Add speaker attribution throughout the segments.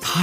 Speaker 1: 他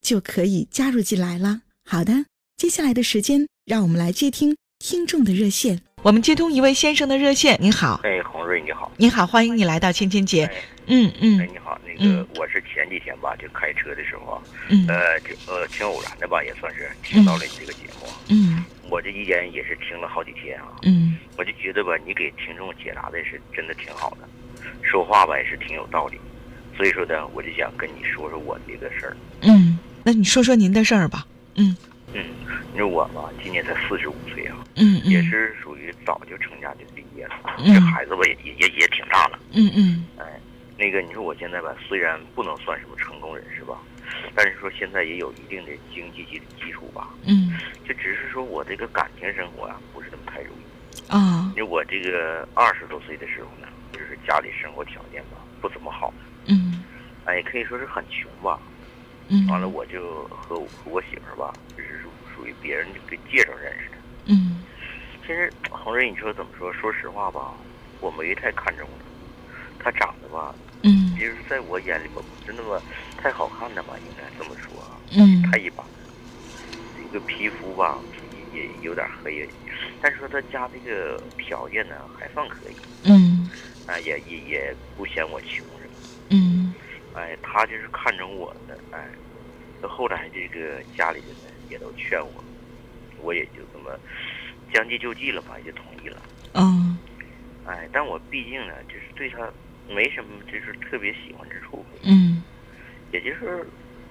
Speaker 2: 就可以加入进来了。好的，接下来的时间，让我们来接听听众的热线。我们接通一位先生的热线。您好，
Speaker 3: 哎，洪瑞你好，
Speaker 2: 您好，欢迎你来到芊芊姐。
Speaker 3: 哎，
Speaker 2: 嗯
Speaker 3: 哎
Speaker 2: 嗯
Speaker 3: 你好，那个
Speaker 2: 嗯
Speaker 3: 我是前几天吧，就开车的时候啊，
Speaker 2: 嗯
Speaker 3: 呃，就呃挺偶然的吧，也算是听到了你这个节目啊，
Speaker 2: 嗯
Speaker 3: 我这一连也是听了好几天啊，
Speaker 2: 嗯
Speaker 3: 我就觉得吧，你给听众解答的是真的挺好的，说话吧也是挺有道理，所以说呢，我就想跟你说说我这个事儿。
Speaker 2: 嗯，那你说说您的事儿吧。
Speaker 3: 嗯，你说我吧，今年才四十五岁啊，
Speaker 2: 嗯
Speaker 3: 也
Speaker 2: 嗯
Speaker 3: 是属于早就成家就立业了，
Speaker 2: 嗯
Speaker 3: 这孩子吧也也也也挺大了。
Speaker 2: 嗯嗯
Speaker 3: 哎，那个你说我现在吧，虽然不能算什么成功人士吧，但是说现在也有一定的经济基基础吧，
Speaker 2: 嗯
Speaker 3: 就只是说我这个感情生活啊，不是那么太如意。
Speaker 2: 啊
Speaker 3: 因为我这个二十多岁的时候呢，就是家里生活条件吧不怎么好，
Speaker 2: 嗯
Speaker 3: 哎，可以说是很穷吧。
Speaker 2: 嗯，
Speaker 3: 完了，我就和我和我媳妇儿吧，就是属属于别人给介绍认识的。
Speaker 2: 嗯
Speaker 3: 其实红瑞，你说怎么说？说实话吧，我没太看重她，她长得吧
Speaker 2: 嗯
Speaker 3: 其实在我眼里吧，不是那么太好看的吧，应该这么说啊，
Speaker 2: 嗯
Speaker 3: 太一般。这个皮肤吧，也也有点黑，但是说他家这个条件呢还算可以，
Speaker 2: 嗯
Speaker 3: 啊，也也也不嫌我穷什么。
Speaker 2: 嗯
Speaker 3: 哎，他就是看中我的，哎，那后来这个家里人呢也都劝我，我也就这么将计就计了吧，也就同意了。
Speaker 2: 嗯
Speaker 3: 哎，但我毕竟呢，就是对他没什么，就是特别喜欢之处。
Speaker 2: 嗯
Speaker 3: 也就是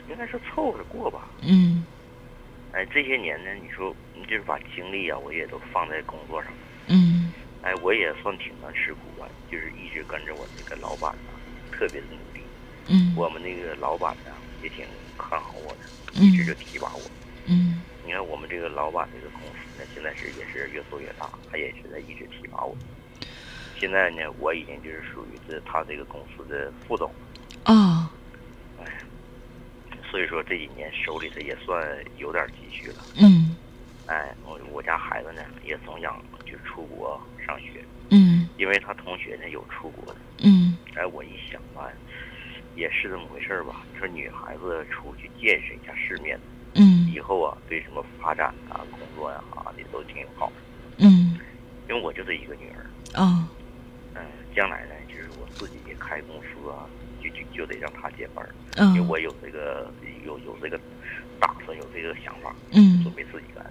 Speaker 3: 应该是凑合着过吧。
Speaker 2: 嗯。
Speaker 3: 哎，这些年呢，你说就是把精力啊，我也都放在工作上。
Speaker 2: 嗯
Speaker 3: 哎，我也算挺能吃苦吧，就是一直跟着我这个老板啊，特别的努力。
Speaker 2: 嗯
Speaker 3: 我们那个老板呢、也挺看好我的，
Speaker 2: 嗯
Speaker 3: 一直就提拔我。
Speaker 2: 嗯
Speaker 3: 你看我们这个老板这个公司呢，现在是也是越做越大，他也是在一直提拔我。现在呢，我已经就是属于这他这个公司的副总了，
Speaker 2: 哦
Speaker 3: 所以说这几年手里头也算有点积蓄了。
Speaker 2: 嗯
Speaker 3: 哎，我我家孩子呢也总想就出国上学，
Speaker 2: 嗯
Speaker 3: 因为他同学呢有出国的。
Speaker 2: 嗯
Speaker 3: 哎，我一想吧，也是这么回事儿吧。你说女孩子出去见识一下世面，
Speaker 2: 嗯
Speaker 3: 以后啊对什么发展啊、工作呀啥的都挺有好处。
Speaker 2: 嗯
Speaker 3: 因为我就这一个女儿，
Speaker 2: 哦
Speaker 3: 嗯，将来呢就是我自己开公司啊，就就就得让她接班儿，因为
Speaker 2: 嗯
Speaker 3: 我有这个有有这个打算，有这个想法。
Speaker 2: 嗯
Speaker 3: 准备自己干。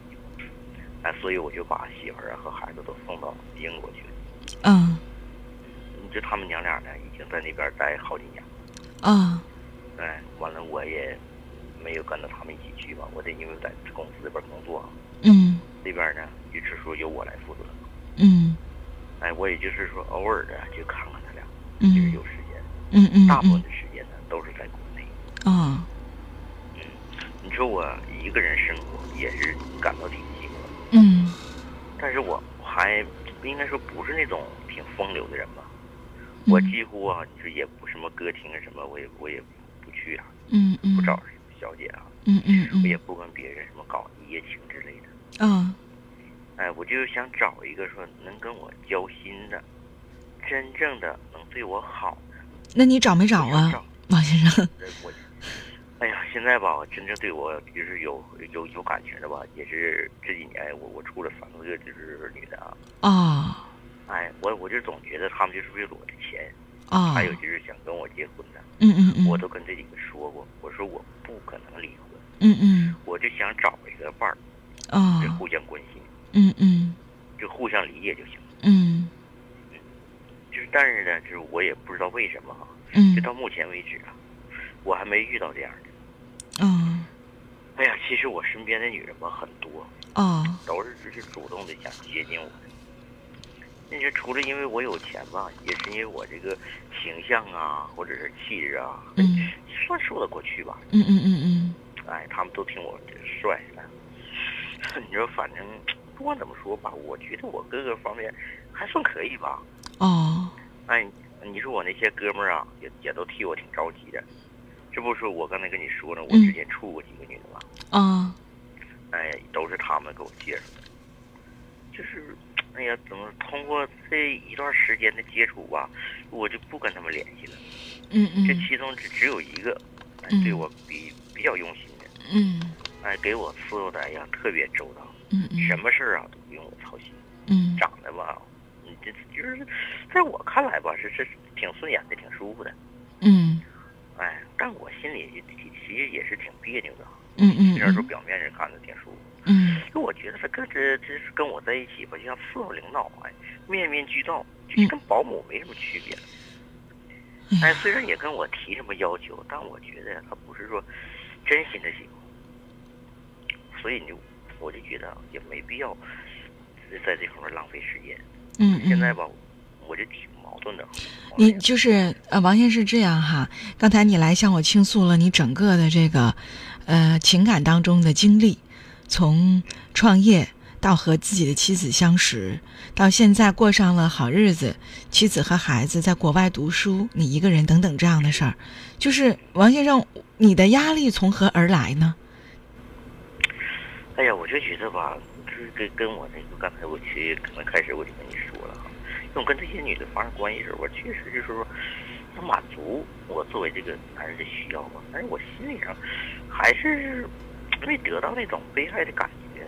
Speaker 3: 哎，所以我就把媳妇儿啊和孩子都送到英国去了。
Speaker 2: 嗯
Speaker 3: 你知他们娘俩呢，已经在那边待好几年了。
Speaker 2: 哦
Speaker 3: 哎，完了我也没有跟着他们一起去吧，我得因为在公司这边工作，
Speaker 2: 嗯
Speaker 3: 这边呢也是说由我来负责。
Speaker 2: 嗯
Speaker 3: 哎，我也就是说偶尔的去看看他俩，就是
Speaker 2: 嗯
Speaker 3: 有时间，
Speaker 2: 嗯嗯
Speaker 3: 大部分
Speaker 2: 嗯
Speaker 3: 的时间呢都是在国内。
Speaker 2: 哦
Speaker 3: 你说我一个人生活也是感到挺寂寞的，
Speaker 2: 嗯
Speaker 3: 但是我还应该说不是那种挺风流的人吧。我
Speaker 2: 嗯
Speaker 3: 几乎啊，就也不什么歌厅啊什么，我也我也不去啊，
Speaker 2: 嗯嗯
Speaker 3: 不找什么小姐啊，
Speaker 2: 嗯嗯
Speaker 3: 我
Speaker 2: 嗯
Speaker 3: 也不跟别人什么搞一夜情之类的。
Speaker 2: 啊
Speaker 3: 哎，我就想找一个说能跟我交心的，真正的能对我好的。
Speaker 2: 那你找没找
Speaker 3: 我想
Speaker 2: 啊
Speaker 3: 找，
Speaker 2: 王先生
Speaker 3: 这我，哎呀，现在吧，我真正对我就是有有有感情的吧，也是这几年我我处了三个就是女的啊。
Speaker 2: 哦
Speaker 3: 哎，我我就总觉得他们就是为了我的钱，
Speaker 2: 哦
Speaker 3: 还有就是想跟我结婚的。
Speaker 2: 嗯嗯嗯
Speaker 3: 我都跟这几个说过，我说我不可能离婚，
Speaker 2: 嗯嗯
Speaker 3: 我就想找一个伴儿，
Speaker 2: 哦
Speaker 3: 就，互相关心，
Speaker 2: 嗯嗯
Speaker 3: 就互相理解就行。
Speaker 2: 嗯
Speaker 3: 就是但是呢，就是我也不知道为什么哈，就
Speaker 2: 嗯，
Speaker 3: 到目前为止啊，我还没遇到这样的。
Speaker 2: 哦
Speaker 3: 哎呀，其实我身边的女人吧很多，
Speaker 2: 哦，
Speaker 3: 都是只是主动的想接近我的。那就除了因为我有钱吧，也是因为我这个形象啊，或者是气质啊，
Speaker 2: 嗯
Speaker 3: 算说得过去吧。
Speaker 2: 嗯嗯嗯
Speaker 3: 哎，他们都听我这个帅哎 你说，反正不管怎么说吧，我觉得我各个方面还算可以吧。
Speaker 2: 嗯，哦，
Speaker 3: 哎，你说我那些哥们儿啊，也也都替我挺着急的。这不是我刚才跟你说呢，
Speaker 2: 嗯
Speaker 3: 我之前处过几个女的嘛，
Speaker 2: 哦，
Speaker 3: 哎，都是他们给我介绍的。就是，哎呀，怎么通过这一段时间的接触吧，我就不跟他们联系了。
Speaker 2: 嗯
Speaker 3: 这
Speaker 2: 嗯
Speaker 3: 其中只只有一个，哎
Speaker 2: 嗯
Speaker 3: 对我比比较用心的，
Speaker 2: 嗯
Speaker 3: 哎，给我伺候的，哎呀，特别周到。
Speaker 2: 嗯嗯，
Speaker 3: 什么事儿啊都不用我操心。
Speaker 2: 嗯
Speaker 3: 长得吧，你这就是在我看来吧，是是挺顺眼的，挺舒服的。
Speaker 2: 嗯
Speaker 3: 哎，但我心里也其其实也是挺别扭的啊。
Speaker 2: 嗯嗯
Speaker 3: 虽然说表面上看着挺舒服，
Speaker 2: 嗯
Speaker 3: 就我觉得他跟这这是跟我在一起吧，就像伺候领导哎，面面俱到，就是跟保姆没什么区别。哎，虽然也跟我提什么要求，但我觉得他不是说真心的喜欢，所以你就我就觉得也没必要在这方面浪费时间。
Speaker 2: 嗯，
Speaker 3: 现在吧，我就挺矛盾的。
Speaker 2: 你就是呃，王先生这样哈，刚才你来向我倾诉了你整个的这个，呃，情感当中的经历，从创业到和自己的妻子相识，到现在过上了好日子，妻子和孩子在国外读书，你一个人等等这样的事儿，就是王先生，你的压力从何而来呢？
Speaker 3: 哎呀，我就觉得吧，就是跟跟我那个刚才我其实可能开始我就跟你说了哈，因为我跟这些女的发生关系的时候，我确实就是说要满足我作为这个男人的需要吧，但是我心里上还是没得到那种被爱的感觉。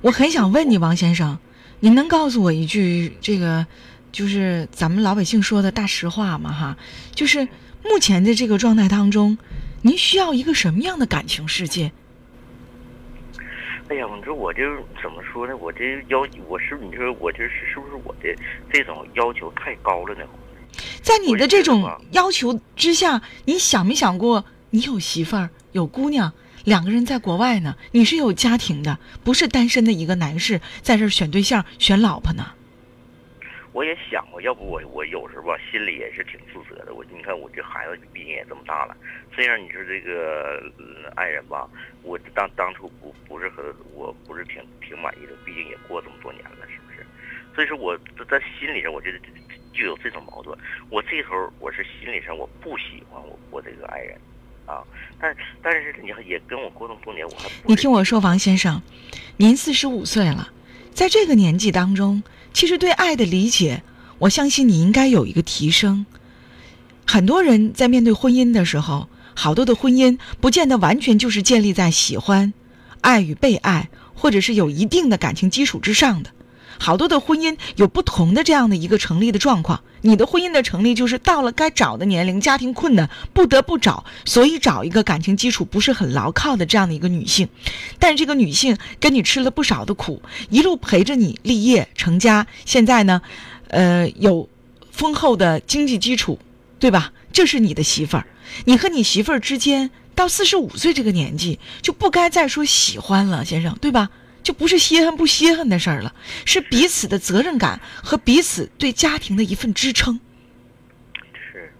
Speaker 2: 我很想问你，王先生，您能告诉我一句这个，就是咱们老百姓说的大实话吗？哈，就是目前的这个状态当中，您需要一个什么样的感情世界？
Speaker 3: 哎呀，你说我这怎么说呢？我这要我是你说我这是是不是我的这种要求太高了呢？
Speaker 2: 在你的这
Speaker 3: 我也觉得
Speaker 2: 种
Speaker 3: 吧
Speaker 2: 要求之下，你想没想过，你有媳妇儿，有姑娘，两个人在国外呢，你是有家庭的，不是单身的一个男士在这儿选对象、选老婆呢？
Speaker 3: 我也想过，要不我我有时候吧，心里也是挺自责的。我你看我这孩子毕竟也这么大了，虽然你说这个、嗯爱人吧，我当当初不不是很，我不是挺挺满意的，毕竟也过这么多年了，是不是？所以说我在在心理上，我觉得就就有这种矛盾。我这头我是心理上我不喜欢我我这个爱人，啊，但但是你看也跟我沟通多年，我还不
Speaker 2: 你
Speaker 3: 是
Speaker 2: 听我说，王先生，您四十五岁了，在这个年纪当中，其实对爱的理解，我相信你应该有一个提升。很多人在面对婚姻的时候，好多的婚姻不见得完全就是建立在喜欢、爱与被爱，或者是有一定的感情基础之上的。好多的婚姻有不同的这样的一个成立的状况。你的婚姻的成立就是到了该找的年龄，家庭困难不得不找，所以找一个感情基础不是很牢靠的这样的一个女性。但是这个女性跟你吃了不少的苦，一路陪着你立业成家，现在呢，呃，有丰厚的经济基础，对吧？这是你的媳妇儿，你和你媳妇儿之间到四十五岁这个年纪就不该再说喜欢了，先生，对吧？就不是稀罕不稀罕的事儿了，是彼此的责任感和彼此对家庭的一份支撑，
Speaker 3: 是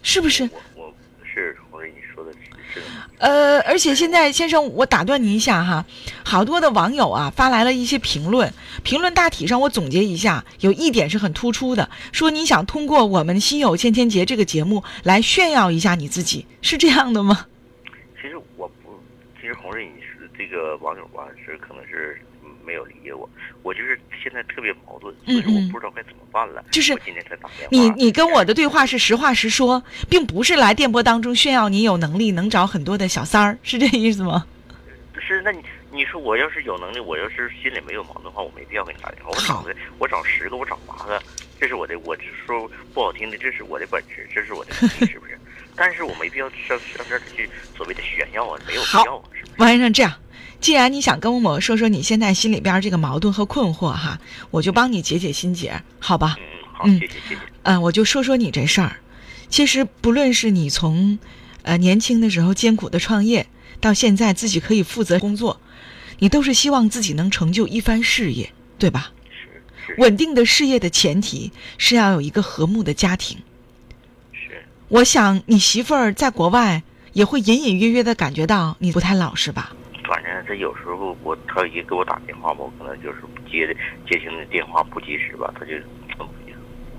Speaker 2: 是不是？
Speaker 3: 我我是我跟你说的是是
Speaker 2: 呃，而且现在先生，我打断您一下哈，好多的网友啊发来了一些评论，评论大体上我总结一下，有一点是很突出的，说你想通过我们《心有千千结》这个节目来炫耀一下你自己，是这样的吗？
Speaker 3: 其实我不，其实红瑞，你是这个网友吧，是可能是嗯没有理解我，我就是现在特别矛盾，所以说我
Speaker 2: 嗯嗯
Speaker 3: 不知道该怎么办了。
Speaker 2: 就是
Speaker 3: 我今天才打电话，
Speaker 2: 你你跟我的对话是实话实说，并不是来电波当中炫耀你有能力能找很多的小三儿，是这意思吗？
Speaker 3: 是那你你说我要是有能力，我要是心里没有矛盾的话，我没必要给你打电话。我
Speaker 2: 好
Speaker 3: 找个我找十个，我找八个，这是我的，我是说不好听的，这是我的本事，这是我的能力，是不是？但是我没必要上上这儿去所谓的炫耀啊，没有必
Speaker 2: 好
Speaker 3: 要啊，是不是？
Speaker 2: 王先生，这样，既然你想跟我说说你现在心里边这个矛盾和困惑哈，我就帮你解解心结，好吧？
Speaker 3: 嗯，好，
Speaker 2: 嗯
Speaker 3: 谢谢谢谢。
Speaker 2: 嗯，我就说说你这事儿。其实不论是你从，呃年轻的时候艰苦的创业，到现在自己可以负责工作，你都是希望自己能成就一番事业，对吧？
Speaker 3: 是是
Speaker 2: 稳定的事业的前提是要有一个和睦的家庭。
Speaker 3: 是，
Speaker 2: 我想你媳妇儿在国外也会隐隐约约的感觉到你不太老实吧？
Speaker 3: 反正他有时候我他也给我打电话吧，我可能就是接的接听的电话不及时吧，他就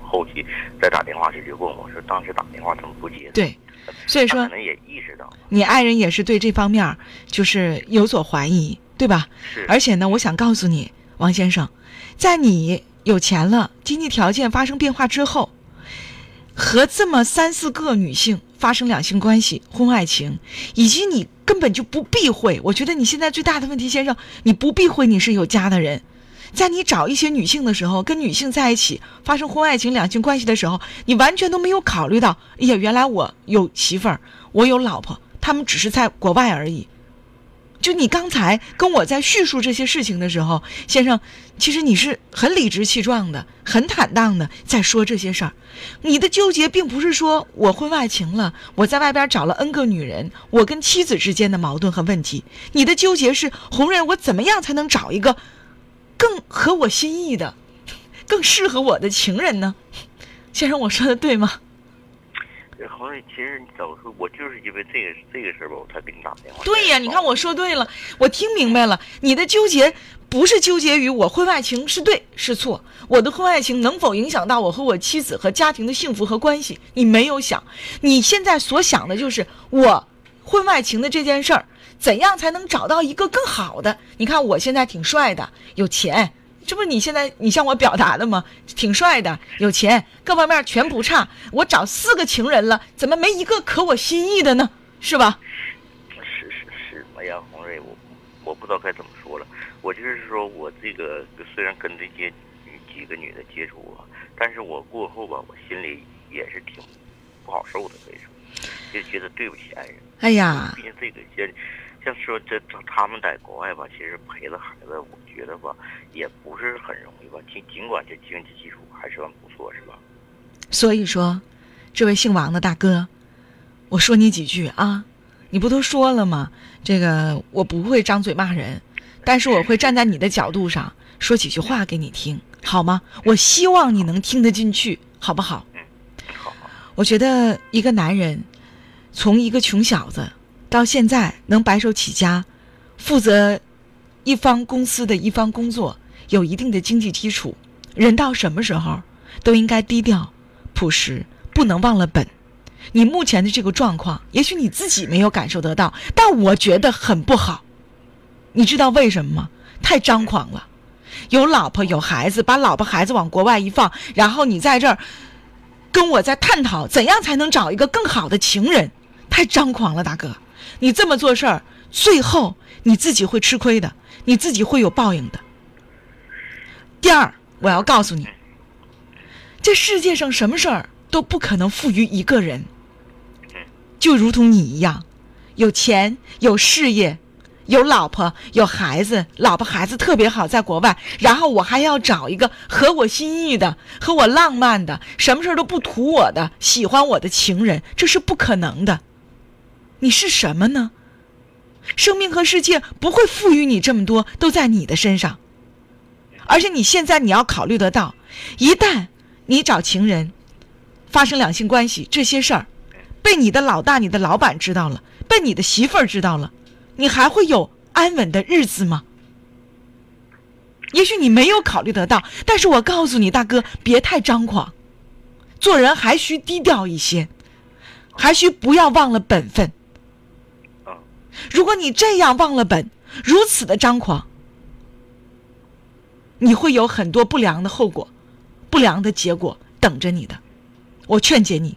Speaker 3: 后期再打电话时就问我说当时打电话怎么不接呢？
Speaker 2: 对，所以
Speaker 3: 他
Speaker 2: 说
Speaker 3: 可能也意识到了，
Speaker 2: 你爱人也是对这方面儿就是有所怀疑，对吧？
Speaker 3: 是
Speaker 2: 而且呢，我想告诉你，王先生，在你有钱了、经济条件发生变化之后，和这么三四个女性发生两性关系、婚外情，以及你根本就不避讳。我觉得你现在最大的问题，先生，你不避讳你是有家的人。在你找一些女性的时候，跟女性在一起发生婚外情、两性关系的时候，你完全都没有考虑到，哎呀，原来我有媳妇儿，我有老婆，他们只是在国外而已。就你刚才跟我在叙述这些事情的时候，先生，其实你是很理直气壮的、很坦荡的在说这些事儿。你的纠结并不是说我婚外情了，我在外边找了 N 个女人，我跟妻子之间的矛盾和问题。你的纠结是红人，我怎么样才能找一个更合我心意的、更适合我的情人呢？ 先生，我说的对吗？
Speaker 3: 后来其实你早说，我就是因为这个这个事儿吧，我才给你打电话。
Speaker 2: 对呀，你看我说对了，我听明白了，你的纠结不是纠结于我婚外情是对是错，我的婚外情能否影响到我和我妻子和家庭的幸福和关系，你没有想，你现在所想的就是我婚外情的这件事儿，怎样才能找到一个更好的？你看我现在挺帅的，有钱。这不是你现在你向我表达的吗？挺帅的，有钱，各方面全不差。我找四个情人了，怎么没一个可我心意的呢？是吧？
Speaker 3: 是是是，哎呀，红瑞，我我不知道该怎么说了。我就是说我这个虽然跟这些女几个女的接触啊，但是我过后吧，我心里也是挺不好受的，可以说，就觉得对不起爱人。
Speaker 2: 哎呀，
Speaker 3: 毕竟这个像像说这他他们在国外吧，其实陪着孩子，我觉得吧也不是很容易吧。尽尽管这经济基础还算不错，是吧？
Speaker 2: 所以说，这位姓王的大哥，我说你几句啊，你不都说了吗？这个我不会张嘴骂人，但是我会站在你的角度上说几句话给你听，好吗？我希望你能听得进去，好不好？
Speaker 3: 好啊好，
Speaker 2: 我觉得一个男人，从一个穷小子到现在能白手起家，负责一方公司的一方工作，有一定的经济基础，人到什么时候都应该低调、朴实，不能忘了本。你目前的这个状况，也许你自己没有感受得到，但我觉得很不好。你知道为什么吗？太张狂了，有老婆有孩子，把老婆孩子往国外一放，然后你在这儿跟我在探讨怎样才能找一个更好的情人，太张狂了，大哥，你这么做事儿，最后你自己会吃亏的，你自己会有报应的。第二，我要告诉你，这世界上什么事儿都不可能赋予一个人，
Speaker 3: 嗯
Speaker 2: 就如同你一样，有钱有事业。有老婆有孩子，老婆孩子特别好，在国外。然后我还要找一个合我心意的、和我浪漫的、什么事儿都不图我的、喜欢我的情人，这是不可能的。你是什么呢？生命和世界不会赋予你这么多，都在你的身上。而且你现在你要考虑得到，一旦你找情人，发生两性关系这些事儿，被你的老大、你的老板知道了，被你的媳妇儿知道了，你还会有安稳的日子吗？也许你没有考虑得到，但是我告诉你，大哥，别太张狂，做人还需低调一些，还需不要忘了本分。
Speaker 3: 嗯，
Speaker 2: 如果你这样忘了本，如此的张狂，你会有很多不良的后果、不良的结果等着你的。我劝解你，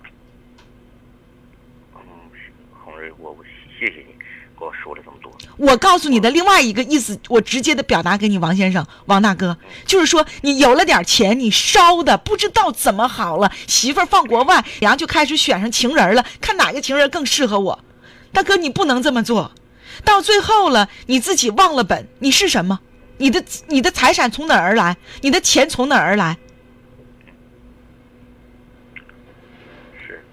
Speaker 3: 嗯，是红瑞，我我谢谢你给我说了这么多。
Speaker 2: 我告诉你的另外一个意思，我直接的表达给你，王先生、王大哥，就是说你有了点钱，你烧的不知道怎么好了，媳妇儿放国外，然后就开始选上情人了，看哪个情人更适合我。大哥，你不能这么做，到最后了，你自己忘了本，你是什么？你的你的财产从哪儿而来？你的钱从哪儿而来？
Speaker 3: 是，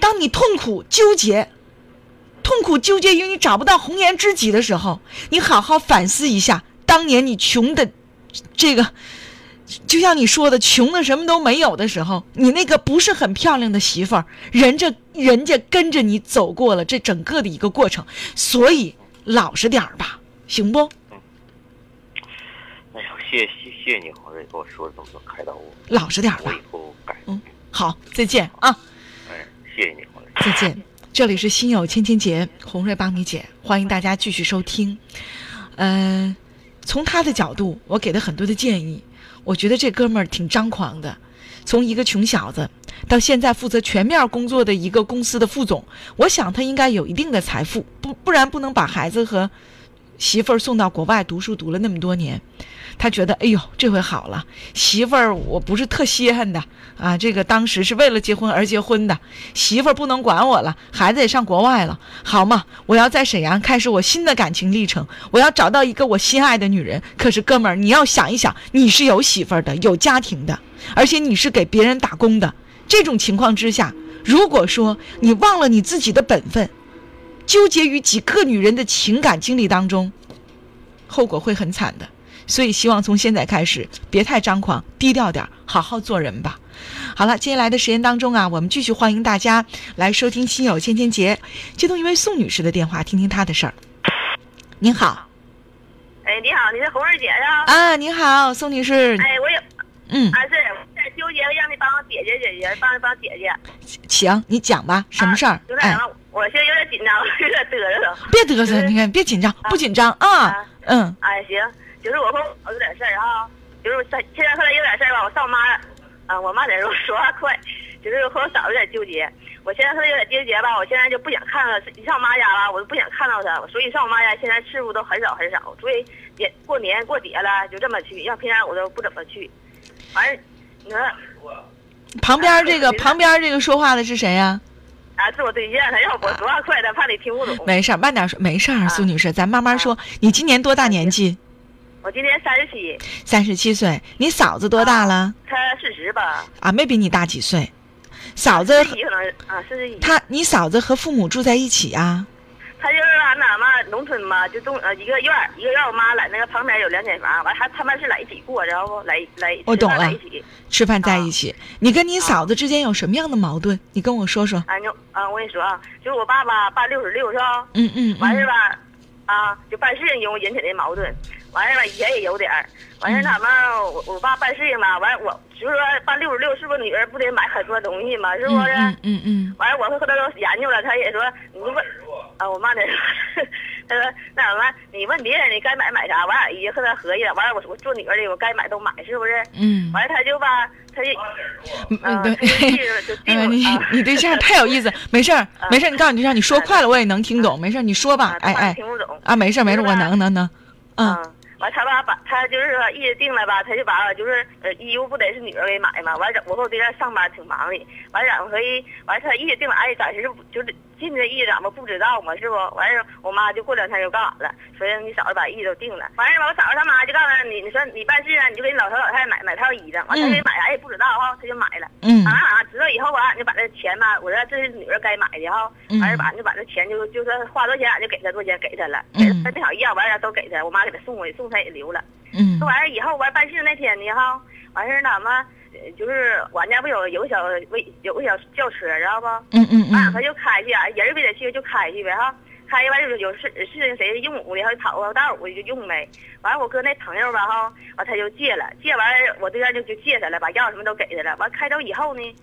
Speaker 2: 当你痛苦纠结、痛苦纠结于你找不到红颜知己的时候，你好好反思一下，当年你穷的这个，就像你说的，穷的什么都没有的时候，你那个不是很漂亮的媳妇儿，人家人家跟着你走过了这整个的一个过程，所以老实点儿吧，行不？
Speaker 3: 哎呀，谢谢谢谢你，黄瑞给我说了这么多开导我，
Speaker 2: 老实点儿
Speaker 3: 我
Speaker 2: 吧
Speaker 3: 以。后改。
Speaker 2: 嗯好，再见啊，
Speaker 3: 哎，谢谢你，黄瑞。
Speaker 2: 再见。这里是心有千千结，红瑞帮你解，欢迎大家继续收听。嗯、从他的角度，我给了很多的建议。我觉得这哥们儿挺张狂的，从一个穷小子到现在负责全面工作的一个公司的副总，我想他应该有一定的财富，不不然不能把孩子和媳妇儿送到国外读书，读了那么多年。他觉得，哎呦，这回好了，媳妇儿我不是特稀罕的啊，这个当时是为了结婚而结婚的，媳妇儿不能管我了，孩子也上国外了，好嘛，我要在沈阳开始我新的感情历程，我要找到一个我心爱的女人。可是哥们儿，你要想一想，你是有媳妇儿的，有家庭的，而且你是给别人打工的，这种情况之下，如果说你忘了你自己的本分，纠结于几个女人的情感经历当中，后果会很惨的。所以希望从现在开始，别太张狂，低调点儿，好好做人吧。好了，接下来的时间当中啊，我们继续欢迎大家来收听《心有千千结》，接通一位宋女士的电话，听听她的事儿。您好
Speaker 4: 哎，你好，你是红儿姐呀？
Speaker 2: 啊，您好，宋女士，
Speaker 4: 哎，我有
Speaker 2: 嗯，
Speaker 4: 啊，是我在纠结，让你帮我解决解决，帮帮姐姐
Speaker 2: 行，你讲吧，什么事儿
Speaker 4: 啊？有点
Speaker 2: 哎
Speaker 4: 什，么？我现在有点紧张，有点嘚瑟了。
Speaker 2: 别嘚瑟，你看，别紧张，不紧张嗯啊
Speaker 4: 啊，
Speaker 2: 嗯，
Speaker 4: 哎，行，就是我和我有点事儿哈，就是我现现在后来有点事儿吧，我上我妈那儿，啊，我妈在这儿说话快，就是和我嫂子有点纠结。我现在后来有点纠结吧，我现在就不想看到她，一上我妈家了，我就不想看到她，所以上我妈家现在次数都很少很少，所以也过年过节了就这么去，要平常我都不怎么去。完事儿，你说。
Speaker 2: 旁边这个
Speaker 4: 没事
Speaker 2: 旁边这个说话的是谁呀、
Speaker 4: 啊，是我对象，他让我多少快的，怕你听不懂。
Speaker 2: 没事儿，慢点说，没事儿，
Speaker 4: 啊
Speaker 2: 苏女士，咱慢慢说。你今年多大年纪？
Speaker 4: 我今年三十七，
Speaker 2: 三十七岁。你嫂子多大了？
Speaker 4: 他四十吧，
Speaker 2: 啊，没比你大几岁。嫂子
Speaker 4: 四
Speaker 2: 和
Speaker 4: 十一可能是啊，四十一。
Speaker 2: 他，你嫂子和父母住在一起啊？
Speaker 4: 他就是俺哪嘛，农村嘛，就东呃一个院儿一个院儿我妈在那个旁边有两间房，完还他们是在一起过，然后来来
Speaker 2: 我懂了
Speaker 4: 在一起。
Speaker 2: 吃饭在一
Speaker 4: 啊
Speaker 2: 起。你跟你嫂子之间有什么样的矛盾？你跟我说说。
Speaker 4: 啊，你啊，我跟你说啊，就是我爸爸爸六十六是吧？
Speaker 2: 嗯嗯
Speaker 4: 完事
Speaker 2: 嗯，
Speaker 4: 儿吧，啊，就办事情有引起的矛盾。完事儿吧，以前也有点儿。完事儿
Speaker 2: 嗯
Speaker 4: 他们，我我爸办事情吧，完我就是说办六十六，是不是女儿不得买很多东西嘛？是不是？
Speaker 2: 嗯嗯嗯
Speaker 4: 完了，我和他都研究了，他也说你问啊，我妈在说，他说那什么，你问别人你该买买啥，完俺已经和他合计了，完了我我做女儿的我该买都买，是不是？
Speaker 2: 嗯
Speaker 4: 完了他就吧，他就
Speaker 2: 嗯嗯，
Speaker 4: 啊，他就
Speaker 2: 对。
Speaker 4: 记着就记
Speaker 2: 哎呀，
Speaker 4: 着
Speaker 2: 你
Speaker 4: 啊
Speaker 2: 你对 象太有意思，没事儿，没事儿，你告诉你对象，你说快了我也能听懂，没事儿，你说吧
Speaker 4: 啊，，
Speaker 2: 哎
Speaker 4: 他
Speaker 2: 哎，
Speaker 4: 听不懂，
Speaker 2: 啊，没事儿没事儿，我能能能，嗯，
Speaker 4: 嗯。完，他爸把他就是说意思定了吧，他就把就是呃衣服不得是女儿给买嘛。完，我和我对象上班挺忙的，完然后合计，完他意思定了，哎，暂时不就是进这意思咱们不知道嘛，是不？完事儿我妈就过两天就告俺了，说让你嫂子把意思都定了。完事儿吧，我嫂子他妈就告诉俺你，你说你办事啊，你就给你老头老太太买买套衣裳。完他
Speaker 2: 嗯
Speaker 4: 给买啥也不知道哈，他就买了。
Speaker 2: 嗯
Speaker 4: 俺俺啊知道以后吧，俺就把这钱吧，我说这是女儿该买的哈，
Speaker 2: 嗯
Speaker 4: 完事儿吧，俺就把这钱就就说花多少钱俺就给他多少钱给他了，
Speaker 2: 嗯
Speaker 4: 给他他正好啊要，完了都给他，我妈给他送过去，送他也留了。
Speaker 2: 嗯
Speaker 4: 说完事儿以后，完办事那天呢哈，完事儿咱们呃就是俺家不有有个小微有个小轿车，知道不？
Speaker 2: 嗯嗯
Speaker 4: 完啊俺他
Speaker 2: 嗯，
Speaker 4: 就开去，俺人儿没得去就开去呗哈。开去完有有事事情谁用我的，他就讨个道儿我就用呗。完了我哥那朋友吧哈，完他就借了，借完了我对象就就借他了，把钥匙什么都给他了。完开走以后呢，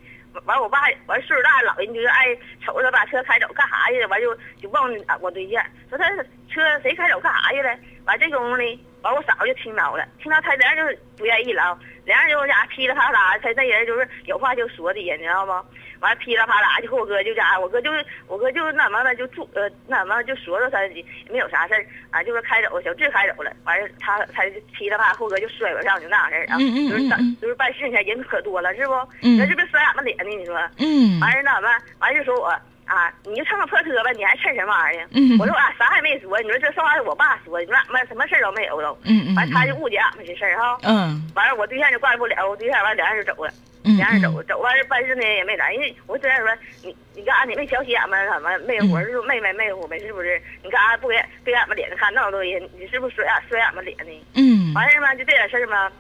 Speaker 4: 完我爸完岁数大老人就是爱瞅着把车开走干啥去了，完就就问我对象说他车谁开走干啥去了。完这功夫呢，完我嫂子就听着了，听着他俩就不愿意了啊，俩人就家噼里啪啦，他那人就是有话就说的人，你知道吗？完噼里啪啦就和我哥就家，我哥就我哥就那什么了，就住呃那什么就说说他没有啥事儿啊，就是开走小智开走了，完事儿他他就噼里啪啦，后哥就摔我上就那样事儿啊，
Speaker 2: 嗯嗯嗯
Speaker 4: 就是
Speaker 2: 嗯
Speaker 4: 办就是办事情人可多了是不？
Speaker 2: 嗯
Speaker 4: 那这不是摔俺们脸呢？你说，
Speaker 2: 嗯
Speaker 4: 完事儿那什么，完事儿说我。啊，你就蹭个破车吧，你还趁什么玩意儿？啊
Speaker 2: 嗯
Speaker 4: 我说我俩啥也没说，你说这说话是我爸说，你说俺们什么事儿都没有都。
Speaker 2: 嗯嗯，
Speaker 4: 完他就误解俺们这事儿哈。
Speaker 2: 嗯
Speaker 4: 完了我对象就怪不了，我对象完两人就走了，
Speaker 2: 嗯
Speaker 4: 两人走走完事办事呢也没来，因为我对象说你你干啥你没瞧起俺们俺们没活
Speaker 2: 嗯
Speaker 4: 是没没没活没是不是？你干啥不给给俺们脸上看那么多人？你是不是摔俺摔俺们脸呢？
Speaker 2: 嗯
Speaker 4: 完事儿嘛就这点事儿嘛。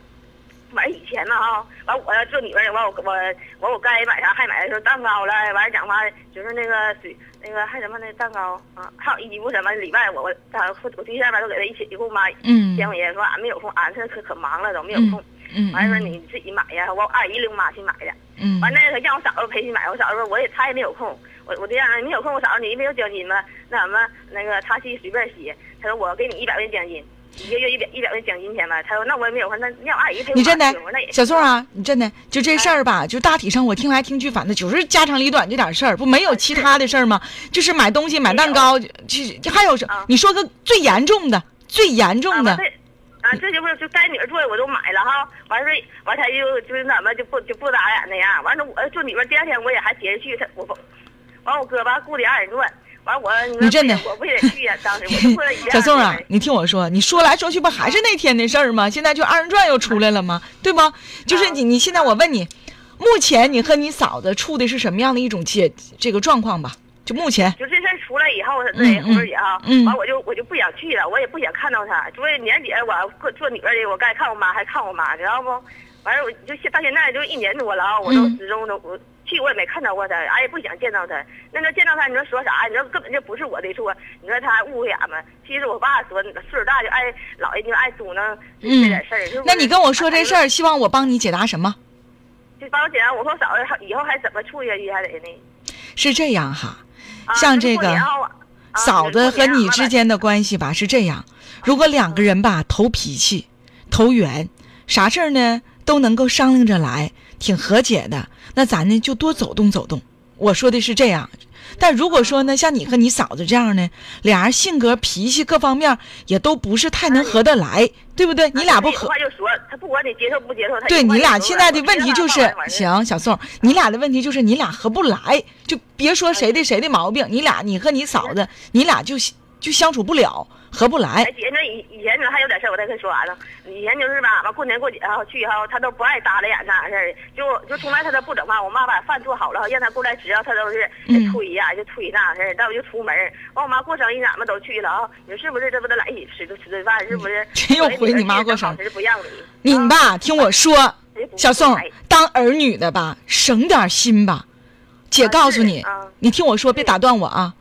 Speaker 4: 完以前呢哈，完我要坐里边儿，完我我完我该买啥还买，说蛋糕了，完了讲话就是那个水那个还什么那蛋糕啊，还有衣服什么礼拜我我他我我对象吧都给他一起一共吧
Speaker 2: 嗯
Speaker 4: 千块钱，说俺没有空，俺这可可忙了都没有空。
Speaker 2: 嗯，
Speaker 4: 完了说你自己买呀，我二姨领我妈去买的。
Speaker 2: 嗯
Speaker 4: 完了他让我嫂子陪去买，我嫂子说我也她也没有空，我我对象说没有空，我嫂子你没有奖金吗？那什么那个他去随便写，他说我给你一百块钱奖金，一个月一百一百块钱奖金钱吧。他说那我也没有空，那让我二姨陪我
Speaker 2: 你真的
Speaker 4: 买去我说那也哎
Speaker 2: 小宋啊，你真的就这事儿吧，就大体上我听来听去，反正就是家长里短这点事儿，不没
Speaker 4: 啊
Speaker 2: 有其他的事儿吗？就是买东西、买蛋糕，去还有什
Speaker 4: 啊？
Speaker 2: 你说个最严重的，最严重
Speaker 4: 啊
Speaker 2: 的
Speaker 4: 完，事啊，这就不是就该女儿做的我都买了哈，完事儿完他就就是怎么就不就不打眼那样，完了我呃坐里边第二天我也还接着去，他我不，完我哥吧雇的二人转，完我你
Speaker 2: 你
Speaker 4: 说
Speaker 2: 真的
Speaker 4: 不行我不也得去呀、当时我就 过了一样哎
Speaker 2: 小宋啊
Speaker 4: 的，
Speaker 2: 你听我说，你说来说去不还是那天的事儿吗？现在就二人转又出来了吗？对吗？
Speaker 4: 啊
Speaker 2: 就是你，你现在我问你，目前你和你嫂子处的是什么样的一种结这个状况吧？就目前，
Speaker 4: 就这事儿出来以后，那也
Speaker 2: 嗯
Speaker 4: 后边也哈，
Speaker 2: 嗯
Speaker 4: 完我就我就不想去了，我也不想看到他。所以年底我过做女儿的，我该看我妈还看我妈，知道不？完了，我就现到现在就一年多了啊，我都
Speaker 2: 嗯
Speaker 4: 始终都我去我也没看到过他，俺也不想见到他。那那见到他，你说说啥？你说根本就不是我的错，你说他误会俺们。其实我爸说岁数大就爱老人家爱嘟囔这点事儿，是不是
Speaker 2: 嗯
Speaker 4: 啊
Speaker 2: 那你跟我说这事，儿，希望我帮你解答什么？
Speaker 4: 就帮我姐，我和我嫂子还以后还怎么处下去还得呢？
Speaker 2: 是这样哈，
Speaker 4: 啊
Speaker 2: 像
Speaker 4: 就是
Speaker 2: 这个
Speaker 4: 过年后啊啊
Speaker 2: 嫂子和你之间的关系吧是这样，如果两个人吧投脾气、投缘，啥事儿呢都能够商量着来，挺和解的，那咱呢就多走动走动。我说的是这样，但如果说呢，像你和你嫂子这样呢，俩人性格、脾气各方面也都不是太能合得来，对不对？你俩不
Speaker 4: 他
Speaker 2: 合
Speaker 4: 一会，儿就说他不管你接受不接受，他
Speaker 2: 对
Speaker 4: 一会
Speaker 2: 你
Speaker 4: 儿
Speaker 2: 俩
Speaker 4: 就
Speaker 2: 现
Speaker 4: 说
Speaker 2: 在的
Speaker 4: 我
Speaker 2: 问
Speaker 4: 知
Speaker 2: 题
Speaker 4: 道
Speaker 2: 就
Speaker 4: 了
Speaker 2: 是
Speaker 4: 我完，事儿
Speaker 2: 行，小宋，你俩的问题就是你俩合不来，就别
Speaker 4: 嗯
Speaker 2: 说谁的谁的毛病，你俩你和你嫂子，你俩就就相处不了，合不来。
Speaker 4: 哎姐，那以以前你说还有点事儿，我再跟你说完了。以前就是吧，完过年过节哈去哈，他都不爱搭理眼那事儿，就就从来他都不整饭。我妈把饭做好了，让他过来吃啊，他都是
Speaker 2: 嗯
Speaker 4: 推呀、就推那事儿，到我就出门儿。完我妈过生日，俺们都去了啊，你说是不是？这不都来一起吃就吃顿饭，是不是？
Speaker 2: 这又嗯回你妈过生
Speaker 4: 生
Speaker 2: 日
Speaker 4: 日不让你，
Speaker 2: 你
Speaker 4: 啊
Speaker 2: 吧，听我说，
Speaker 4: 谁不
Speaker 2: 小宋
Speaker 4: 来，
Speaker 2: 当儿女的吧，省点心吧。姐
Speaker 4: 啊
Speaker 2: 告诉
Speaker 4: 是
Speaker 2: 你
Speaker 4: 啊，
Speaker 2: 你听我说，别打断我啊。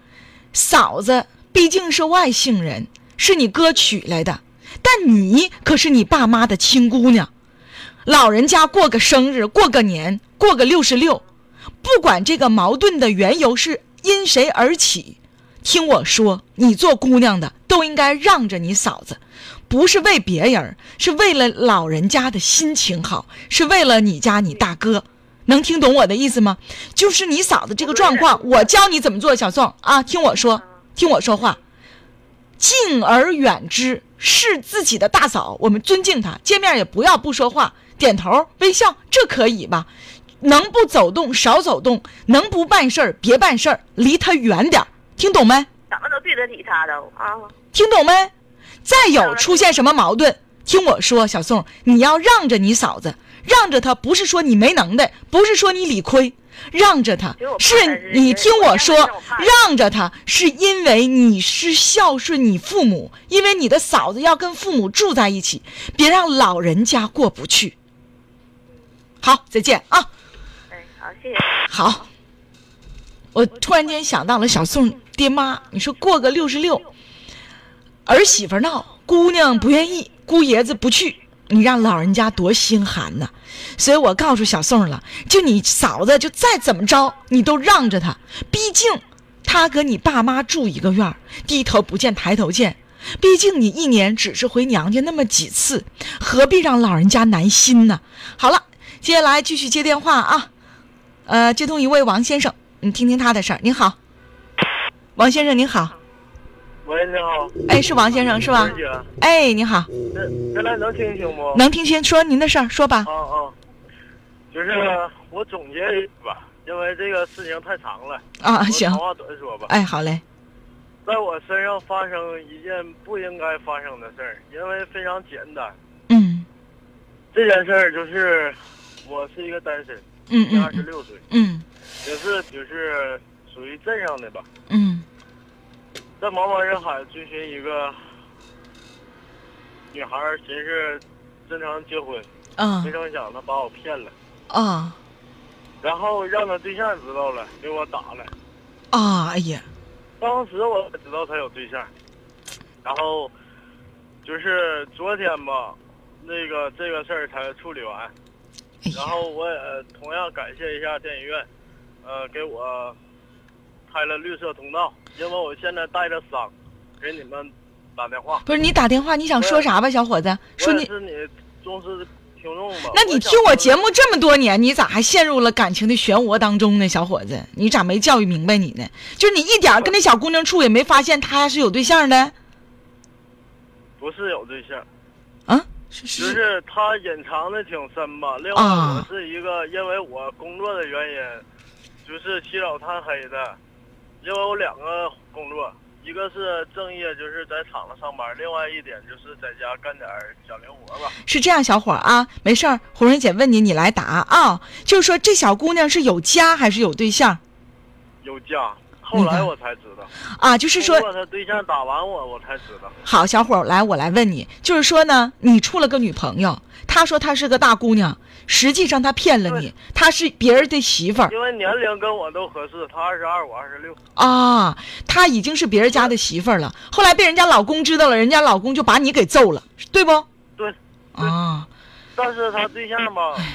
Speaker 2: 嫂子毕竟是外姓人，是你哥娶来的，但你可是你爸妈的亲姑娘。老人家过个生日，过个年，过个六十六，不管这个矛盾的缘由是因谁而起，听我说，你做姑娘的都应该让着你嫂子，不是为别人儿，是为了老人家的心情好，是为了你家你大哥。能听懂我的意思吗？就是你嫂子这个状况，我教你怎么做，小宋啊，听我说，听我说话，敬而远之，是自己的大嫂，我们尊敬她，见面也不要不说话，点头微笑，这可以吧？能不走动少走动，能不办事儿别办事儿，离他远点儿，听懂没？
Speaker 4: 怎么都对得起他都啊。
Speaker 2: 听懂没？再
Speaker 4: 懂
Speaker 2: 有
Speaker 4: 了
Speaker 2: 出现什么矛盾，听我说，小宋，你要让着你嫂子，让着她，不是说你没能耐，不是说你理亏，让着她
Speaker 4: 其实我，怕她
Speaker 2: 是
Speaker 4: 是
Speaker 2: 你听我说
Speaker 4: 我让着她我怕，
Speaker 2: 让着她，是因为你是孝顺你父母，因为你的嫂子要跟父母住在一起，别让老人家过不去。好，再见啊。
Speaker 4: 哎，好，谢谢。
Speaker 2: 好，我突然间想到了小宋爹妈，你说过个六十六，儿媳妇闹，姑娘不愿意，姑爷子不去，你让老人家多心寒呐、所以我告诉小宋了，就你嫂子就再怎么着，你都让着她，毕竟她跟你爸妈住一个院儿，低头不见抬头见。毕竟你一年只是回娘家那么几次，何必让老人家难心呢？好了，接下来继续接电话啊。呃，接通一位王先生，你听听他的事儿。您好，王先生您好，
Speaker 5: 喂，你好，
Speaker 2: 哎，是王先生是吧
Speaker 5: 文？姐，
Speaker 2: 哎，你好，
Speaker 5: 那原来能听清不？
Speaker 2: 能听清说您的事儿，说吧
Speaker 5: 啊。啊，就是我总结一吧，因为这个事情太长了。
Speaker 2: 啊，
Speaker 5: 我
Speaker 2: 行
Speaker 5: 长，话短说吧。
Speaker 2: 哎，好嘞，
Speaker 5: 在我身上发生一件不应该发生的事儿，因为非常简单。
Speaker 2: 嗯
Speaker 5: 这件事儿就是，我是一个单身，
Speaker 2: 嗯
Speaker 5: 二十
Speaker 2: 嗯
Speaker 5: 六岁，
Speaker 2: 嗯
Speaker 5: 也是就是属于镇上的吧，
Speaker 2: 嗯
Speaker 5: 在茫茫人海追寻一个女孩儿，寻思正常结婚，
Speaker 2: 嗯
Speaker 5: 没成想她把我骗了，
Speaker 2: 啊
Speaker 5: 然后让她对象知道了，给我打了。
Speaker 2: 啊，哎呀，
Speaker 5: 当时我知道他有对象，然后就是昨天吧，那个这个事儿才处理完。
Speaker 2: 哎
Speaker 5: 然
Speaker 2: 呀，
Speaker 5: 后我也呃同样感谢一下电影院，呃，给我开了绿色通道，因为我现在带着伤，给你们打电话。
Speaker 2: 不是你打电话，你想说啥吧，小伙子？说
Speaker 5: 我
Speaker 2: 你
Speaker 5: 也是你忠实听众吧？
Speaker 2: 那你
Speaker 5: 想
Speaker 2: 听我
Speaker 5: 说
Speaker 2: 节目这么多年，你咋还陷入了感情的漩涡当中呢，小伙子？你咋没教育明白你呢？就是你一点儿跟那小姑娘处也没发现她是有对象的
Speaker 5: 不是有对象，
Speaker 2: 啊？是
Speaker 5: 就是是他隐藏的挺深吧。另外，
Speaker 2: 啊
Speaker 5: 我是一个因为我工作的原因，就是起早贪黑的，因为我两个工作，一个是正业，就是在厂子上班；，另外一点就是在家干点儿小零活吧。
Speaker 2: 是这样，小伙儿啊，没事儿，红人姐问你，你来答啊。就是说这小姑娘是有家还是有对象
Speaker 5: 有家，后来
Speaker 2: 明白
Speaker 5: 我才知道，
Speaker 2: 啊？就是说
Speaker 5: 通过他对象打完我，我才知道。
Speaker 2: 好，小伙儿，来，我来问你，就是说呢，你处了个女朋友，她说她是个大姑娘，实际上她骗了你，她是别人的媳妇儿
Speaker 5: 因为年龄跟我都合适，他二十二，我二十六。
Speaker 2: 啊，她已经是别人家的媳妇儿了。后来被人家老公知道了，人家老公就把你给揍了，对不？
Speaker 5: 对，
Speaker 2: 啊，
Speaker 5: 但是他对象吧，
Speaker 2: 哎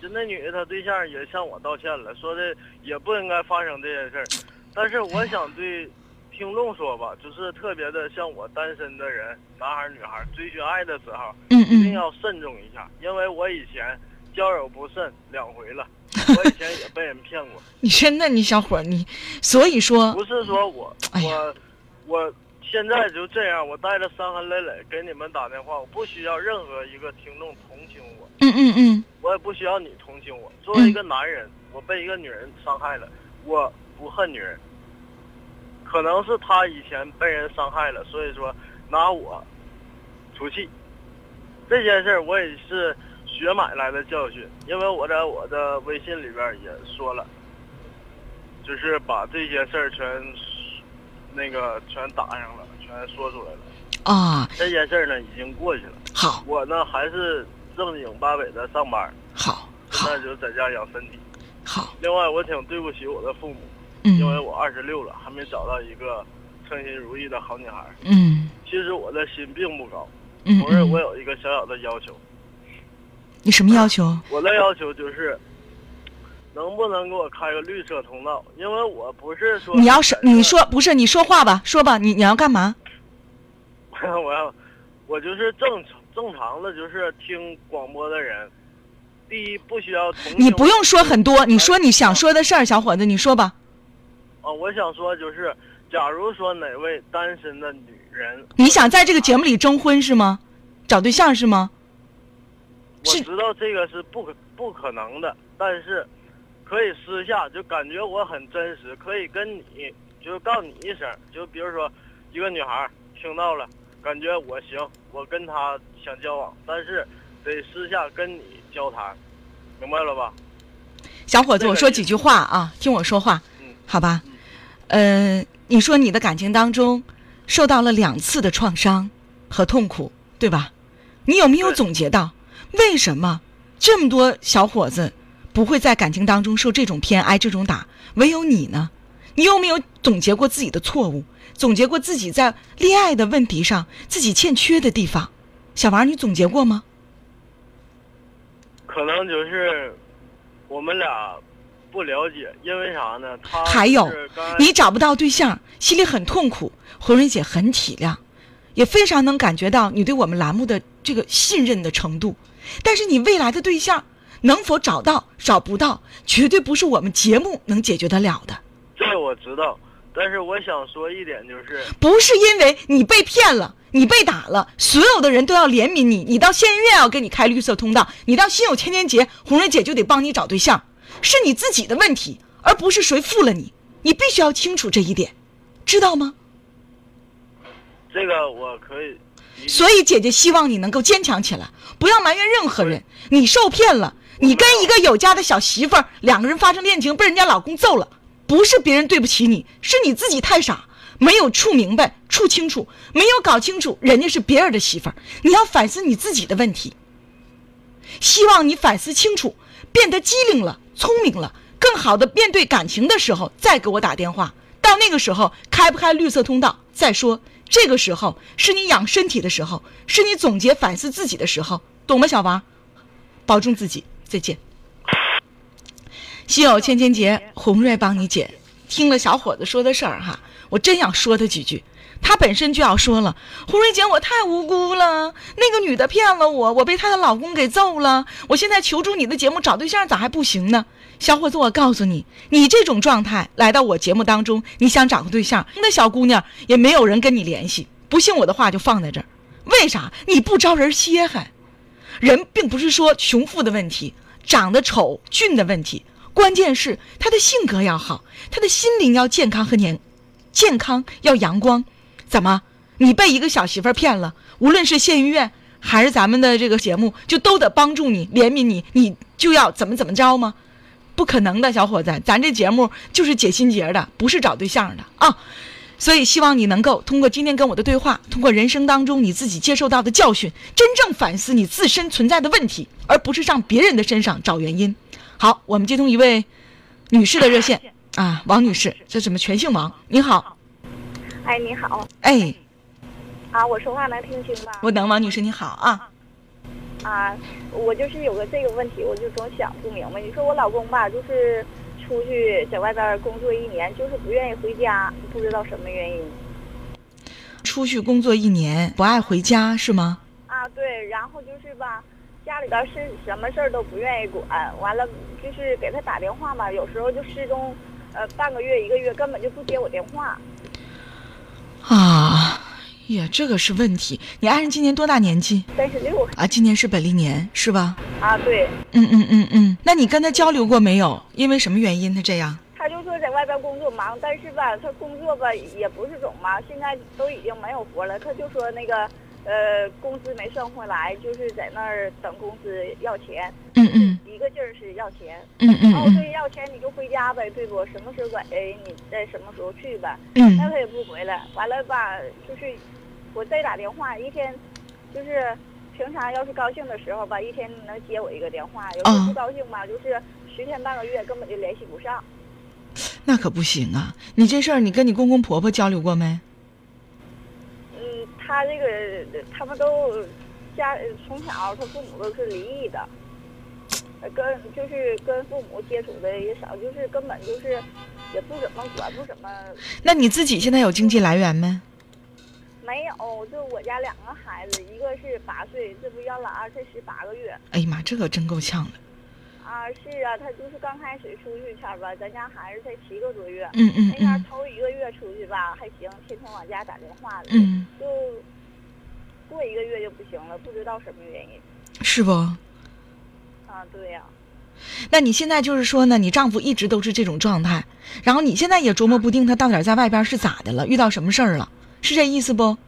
Speaker 5: 就那女的，她对象也向我道歉了，说的也不应该发生这件事儿。但是我想对听众说吧，就是特别的像我单身的人，男孩儿女孩儿追寻爱的时候，
Speaker 2: 嗯
Speaker 5: 一
Speaker 2: 嗯，
Speaker 5: 定要慎重一下，因为我以前交友不慎两回 了，我以前也被人骗过。
Speaker 2: 你真的，你小伙儿，你所以说
Speaker 5: 不是说我
Speaker 2: 哎呀
Speaker 5: 我我现在就这样，我带着伤痕累累给你们打电话，我不需要任何一个听众同情我，
Speaker 2: 嗯嗯嗯，
Speaker 5: 我也不需要你同情我。作为一个男人，我被一个女人伤害了，我不恨女人，可能是她以前被人伤害了，所以说拿我出气。这件事儿我也是学买来的教训，因为我在我的微信里边儿也说了，就是把这些事儿全那个全打上了，全说出来了。
Speaker 2: 啊，
Speaker 5: 这件事儿呢已经过去了，
Speaker 2: 好，
Speaker 5: 我呢还是正经八百的上班儿，
Speaker 2: 好，
Speaker 5: 现
Speaker 2: 好
Speaker 5: 在，就在家养身体。
Speaker 2: 好，
Speaker 5: 另外，我挺对不起我的父母，
Speaker 2: 嗯
Speaker 5: 因为我二十六了，还没找到一个称心如意的好女孩儿。
Speaker 2: 嗯
Speaker 5: 其实我的心并不高，
Speaker 2: 嗯
Speaker 5: 同时
Speaker 2: 嗯，
Speaker 5: 我有一个小小的要求，
Speaker 2: 你什么要求？
Speaker 5: 我的要求就是，能不能给我开个绿色通道？因为我不是说
Speaker 2: 你要是
Speaker 5: 感觉
Speaker 2: 你说不是你说话吧，说吧，你你要干嘛？
Speaker 5: 我要我就是正常正常的，就是听广播的人，第一不需要同情
Speaker 2: 你不用说很多，你说你想
Speaker 5: 啊
Speaker 2: 说的事儿，小伙子，你说吧。
Speaker 5: 啊，我想说就是，假如说哪位单身的女人，
Speaker 2: 你想在这个节目里征婚是吗？找对象是吗？
Speaker 5: 我
Speaker 2: 是
Speaker 5: 知道这个是不可不可能的，但是可以私下就感觉我很真实，可以跟你就告你一声，就比如说一个女孩儿听到了，感觉我行，我跟她想交往，但是得私下跟你交谈，明白了吧？
Speaker 2: 小伙子，
Speaker 5: 那个
Speaker 2: 我说几句话啊，听我说话
Speaker 5: 嗯，
Speaker 2: 好吧？呃，你说你的感情当中受到了两次的创伤和痛苦，对吧？你有没有
Speaker 5: 对
Speaker 2: 总结到为什么这么多小伙子不会在感情当中受这种偏爱、这种打，唯有你呢？你有没有总结过自己的错误？总结过自己在恋爱的问题上自己欠缺的地方？小王，你总结过吗？
Speaker 5: 可能就是我们俩不了解，因为啥呢？她
Speaker 2: 还有
Speaker 5: 是刚才
Speaker 2: 你找不到对象，心里很痛苦。红人姐很体谅，也非常能感觉到你对我们栏目的这个信任的程度。但是你未来的对象能否找到、找不到，绝对不是我们节目能解决得了的。
Speaker 5: 这我知道，但是我想说一点就是。
Speaker 2: 不是因为你被骗了，你被打了，所有的人都要怜悯你。你到县医院要给你开绿色通道，你到心有千千结，红人姐就得帮你找对象，是你自己的问题，而不是谁负了你。你必须要清楚这一点，知道吗？
Speaker 5: 这个我可以理解。
Speaker 2: 所以姐姐希望你能够坚强起来，不要埋怨任何人。你受骗了，你跟一个有家的小媳妇儿两个人发生恋情，被人家老公揍了，不是别人对不起你，是你自己太傻，没有处明白、处清楚，没有搞清楚人家是别人的媳妇儿。你要反思你自己的问题。希望你反思清楚，变得机灵了、聪明了，更好的面对感情的时候再给我打电话。到那个时候开不开绿色通道再说。这个时候是你养身体的时候，是你总结反思自己的时候，懂吗，小王？保重自己，再见。西友千千结，红瑞帮你解。听了小伙子说的事儿哈，我真想说他几句。他本身就要说了，红瑞姐，我太无辜了，那个女的骗了我，我被她的老公给揍了，我现在求助你的节目找对象咋还不行呢？小伙子，我告诉你，你这种状态来到我节目当中，你想找个对象，那小姑娘也没有人跟你联系。不信我的话就放在这儿，为啥？你不招人稀罕。人并不是说穷富的问题，长得丑俊的问题，关键是他的性格要好，他的心灵要健康和年，健康要阳光。怎么，你被一个小媳妇儿骗了？无论是县医院还是咱们的这个节目，就都得帮助你、怜悯你，你就要怎么怎么着吗？不可能的，小伙子，咱这节目就是解心结的，不是找对象的啊。所以希望你能够通过今天跟我的对话，通过人生当中你自己接受到的教训，真正反思你自身存在的问题，而不是上别人的身上找原因。好，我们接通一位女士的热线啊，王女士，这怎么全姓王？您好，
Speaker 4: 哎，你好
Speaker 2: 哎，
Speaker 4: 啊，我说话能听清吧？
Speaker 2: 我能，王女士你好啊，
Speaker 4: 啊，我就是有个这个问题，我就总想不明白。你说我老公吧，就是出去在外边工作一年，就是不愿意回家，不知道什么原因
Speaker 2: 出去工作一年不爱回家是吗？
Speaker 4: 啊。对，然后就是吧，家里边是什么事儿都不愿意管，完了就是给他打电话吧，有时候就失踪，呃，半个月一个月根本就不接我电话。
Speaker 2: 啊，呀，这个是问题。你爱人今年多大年纪
Speaker 4: 三十六
Speaker 2: 啊？今年是本历年是吧？
Speaker 4: 啊，对，
Speaker 2: 嗯嗯嗯嗯。那你跟他交流过没有？因为什么原因他这样？
Speaker 4: 他就说在外边工作忙，但是吧，他工作吧也不是总忙，现在都已经没有活了。他就说那个，呃，工资没算回来，就是在那儿等公司要钱，
Speaker 2: 嗯嗯
Speaker 4: 一个劲儿是要钱。
Speaker 2: 嗯
Speaker 4: 然后我说
Speaker 2: 嗯
Speaker 4: 要钱你就回家呗，对不？什么时候管哎，你在什么时候去呗？
Speaker 2: 嗯
Speaker 4: 那
Speaker 2: 嗯
Speaker 4: 他也不回来，完了吧，就是我再打电话，一天就是平常要是高兴的时候吧，一天能接我一个电话；有时候
Speaker 2: 啊
Speaker 4: 不高兴吧，就是十天半个月根本就联系不上。
Speaker 2: 那可不行啊！你这事儿你跟你公公婆婆交流过没？
Speaker 4: 嗯，他这个他们都家呃从小他父母都是离异的，呃跟就是跟父母接触的也少，就是根本就是也不怎么管，不怎么
Speaker 2: 那你自己现在有经济来源没？
Speaker 4: 没有。就我家两个孩子，一个是八岁，这不要老二才十八个月
Speaker 2: 哎呀妈，这可真够呛的。
Speaker 4: 啊。是啊，他就是刚开始出去前儿吧，咱家孩子才七个多月，
Speaker 2: 嗯嗯
Speaker 4: 那前儿
Speaker 2: 嗯
Speaker 4: 头一个月出去吧还行，天天往家打电话的，
Speaker 2: 嗯，
Speaker 4: 就过一个月就不行了，不知道什么原因
Speaker 2: 是不？
Speaker 4: 啊。对呀、
Speaker 2: 那你现在就是说呢，你丈夫一直都是这种状态，然后你现在也琢磨不定他到底在外边是咋的了，遇到什么事儿了，是这意思不？
Speaker 4: 嗯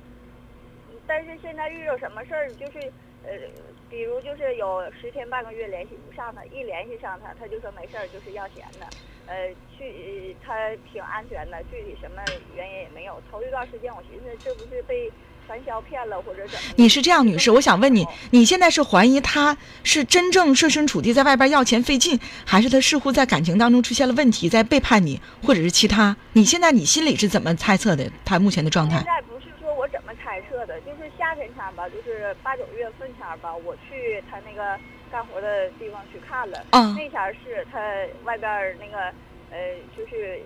Speaker 4: 但是现在遇到什么事儿，就是呃，比如就是有十天半个月联系不上他，一联系上他，他就说没事儿，就是要钱的。呃，去呃他挺安全的，具体什么原因也没有。头一段时间我寻思这不是被传销骗了或者怎么的？
Speaker 2: 你是这样，女士，我想问你
Speaker 4: 哦，
Speaker 2: 你现在是怀疑他是真正设身处地在外边要钱费劲，还是他似乎在感情当中出现了问题，在背叛你，或者是其他？你现在你心里是怎么猜测的他目前的状态
Speaker 4: 现？在不是说我怎么猜测的，就是夏天前吧，就是八九月份前吧，我去他那个干活的地方去看了。
Speaker 2: 啊
Speaker 4: 那前儿是他外边儿那个呃，就是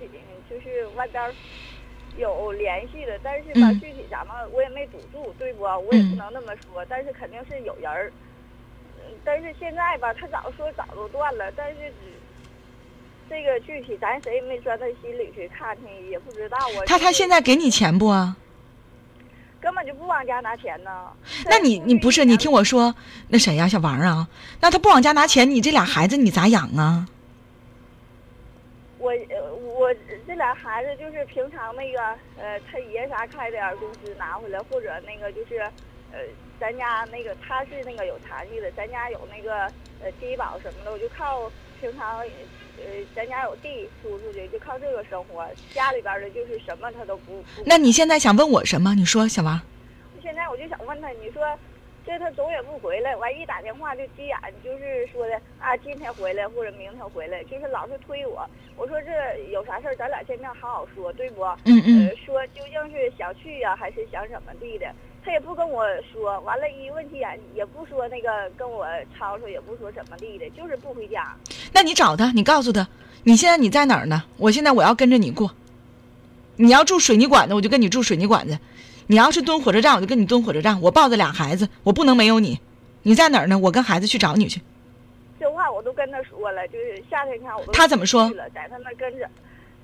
Speaker 4: 是就是外边儿有联系的，但是吧，
Speaker 2: 嗯
Speaker 4: 具体咱们我也没堵住，对不？我也
Speaker 2: 嗯
Speaker 4: 不能那么说，但是肯定是有人儿。嗯但是现在吧，他早说早都断了，但是只这个具体咱谁也没钻他心里去看去，也不知道啊。
Speaker 2: 他
Speaker 4: 就
Speaker 2: 他
Speaker 4: 是
Speaker 2: 现在给你钱不啊？
Speaker 4: 根本就不往家拿钱呢。
Speaker 2: 那你你不是你听我说，那谁呀、小王啊？那他不往家拿钱，你这俩孩子你咋养啊？
Speaker 4: 我呃我这俩孩子就是平常那个呃他爷啥开点儿工资拿回来，或者那个就是呃咱家那个他是那个有残疾的，咱家有那个呃低保什么的，我就靠平常呃咱家有地租出去，就靠这个生活。家里边儿的就是什么他都不不
Speaker 2: 那你现在想问我什么？你说，小王。
Speaker 4: 现在我就想问他，你说这他总也不回来，完一打电话就急眼，就是说的啊，今天回来或者明天回来，就是老是推我。我说这有啥事儿，咱俩见面好好说，对不？
Speaker 2: 嗯嗯
Speaker 4: 呃，说究竟是想去呀、还是想怎么地的？他也不跟我说，完了，一问起眼也不说那个跟我吵吵，也不说怎么地的，就是不回家。
Speaker 2: 那你找他，你告诉他，你现在你在哪儿呢？我现在我要跟着你过。你要住水泥管子，我就跟你住水泥管子；你要是蹲火车站，我就跟你蹲火车站。我抱着俩孩子，我不能没有你。你在哪儿呢？我跟孩子去找你去。
Speaker 4: 这话我都跟他说了，就是夏天看我都
Speaker 2: 他怎么说
Speaker 4: 去了，在他那跟着，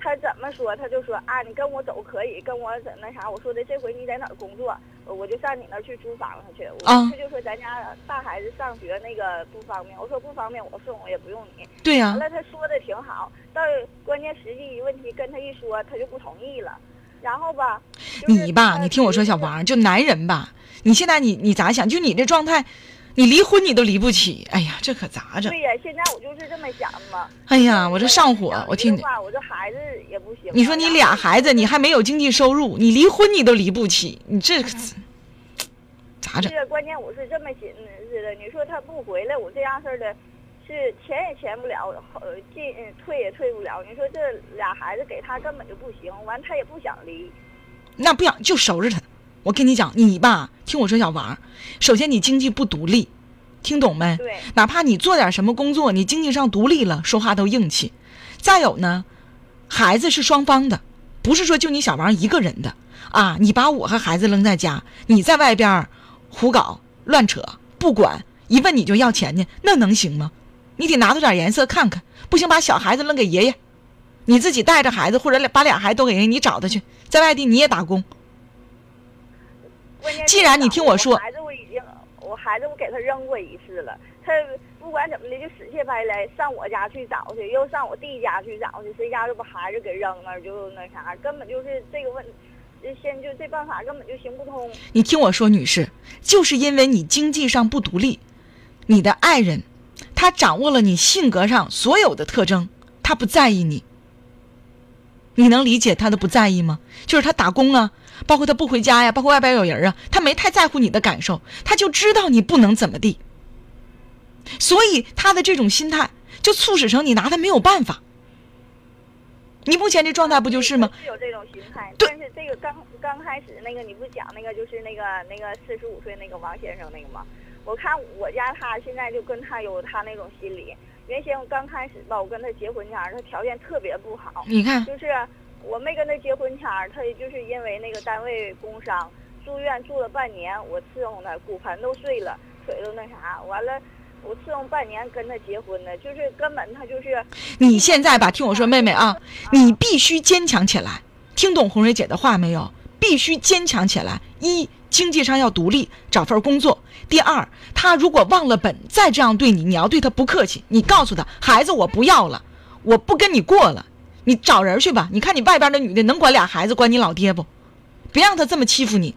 Speaker 4: 他怎么说他就说啊，你跟我走可以，跟我在那啥。我说的这回你在哪儿工作，我就上你那儿去租房子去。我
Speaker 2: 啊
Speaker 4: 他就说咱家大孩子上学那个不方便，我说不方便我送，我也不用你。
Speaker 2: 对呀、
Speaker 4: 完了他说的挺好，到关键实际问题跟他一说，他就不同意了。然后吧，就是
Speaker 2: 你吧，
Speaker 4: 他
Speaker 2: 你听我说，小王，就男人吧，你现在你你咋想？就你这状态，你离婚你都离不起。哎呀，这可咋整？
Speaker 4: 对呀，现在我就是这么想嘛。
Speaker 2: 哎呀，我这上火，我听
Speaker 4: 这
Speaker 2: 你。
Speaker 4: 话我这孩子也不行。啊
Speaker 2: 你说你俩孩子，你还没有经济收入，你离婚你都离不起，你这可咋整
Speaker 4: 这？个关键我是这么寻思的，你说他不回来，我这样式儿的，是钱也钱不了，后呃进呃退也退不了。你说这俩孩子给他根本就不行，完他也不想离。
Speaker 2: 那不想就收拾他。我跟你讲，你吧，听我说，小王，首先你经济不独立，听懂没？
Speaker 4: 对，
Speaker 2: 哪怕你做点什么工作，你经济上独立了，说话都硬气。再有呢，孩子是双方的，不是说就你小王一个人的啊！你把我和孩子扔在家，你在外边儿胡搞乱扯，不管一问你就要钱去，那能行吗？你得拿出点颜色看看，不行把小孩子扔给爷爷，你自己带着孩子，或者把俩孩子都给人，你找他去，在外地你也打工。
Speaker 4: 关键
Speaker 2: 既然你听我
Speaker 4: 我
Speaker 2: 说
Speaker 4: 孩子我已经，我孩子我给他扔过一次了，他不管怎么的就死乞白赖上我家去找去，又上我弟家去找去，谁家就把孩子给扔那儿就那啥，根本就是这个问，就先就这办法根本就行不通。
Speaker 2: 你听我说，女士，就是因为你经济上不独立，你的爱人，他掌握了你性格上所有的特征，他不在意你。你能理解他的不在意吗？就是他打工啊，包括他不回家呀，包括外边有人啊，他没太在乎你的感受，他就知道你不能怎么地，所以他的这种心态就促使成你拿他没有办法。你目前这状态不就是吗？？
Speaker 4: 有这种心态，
Speaker 2: 对
Speaker 4: 但是这个刚刚开始那个你不讲那个就是那个那个四十五岁那个王先生那个吗？我看我家他现在就跟他有他那种心理。原先我刚开始吧，我跟他结婚前儿，他条件特别不好，
Speaker 2: 你看，
Speaker 4: 就是我没跟他结婚前儿，他就是因为那个单位工伤住院住了半年，我伺候他，骨盆都碎了，腿都那啥，完了我伺候半年跟他结婚的，就是根本他就是嗯
Speaker 2: 你现在吧，听我说，妹妹啊，你必须坚强起来。听懂红蕊姐的话没有？必须坚强起来。一，经济上要独立，找份工作。第二，他如果忘了本，再这样对你，你要对他不客气。你告诉他，孩子，我不要了，我不跟你过了，你找人去吧。你看你外边的女的能管俩孩子，管你老爹不？别让他这么欺负你，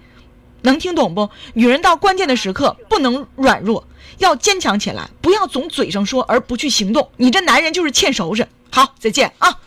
Speaker 2: 能听懂不？女人到关键的时刻不能软弱，要坚强起来，不要总嘴上说而不去行动。你这男人就是欠收拾。好，再见啊。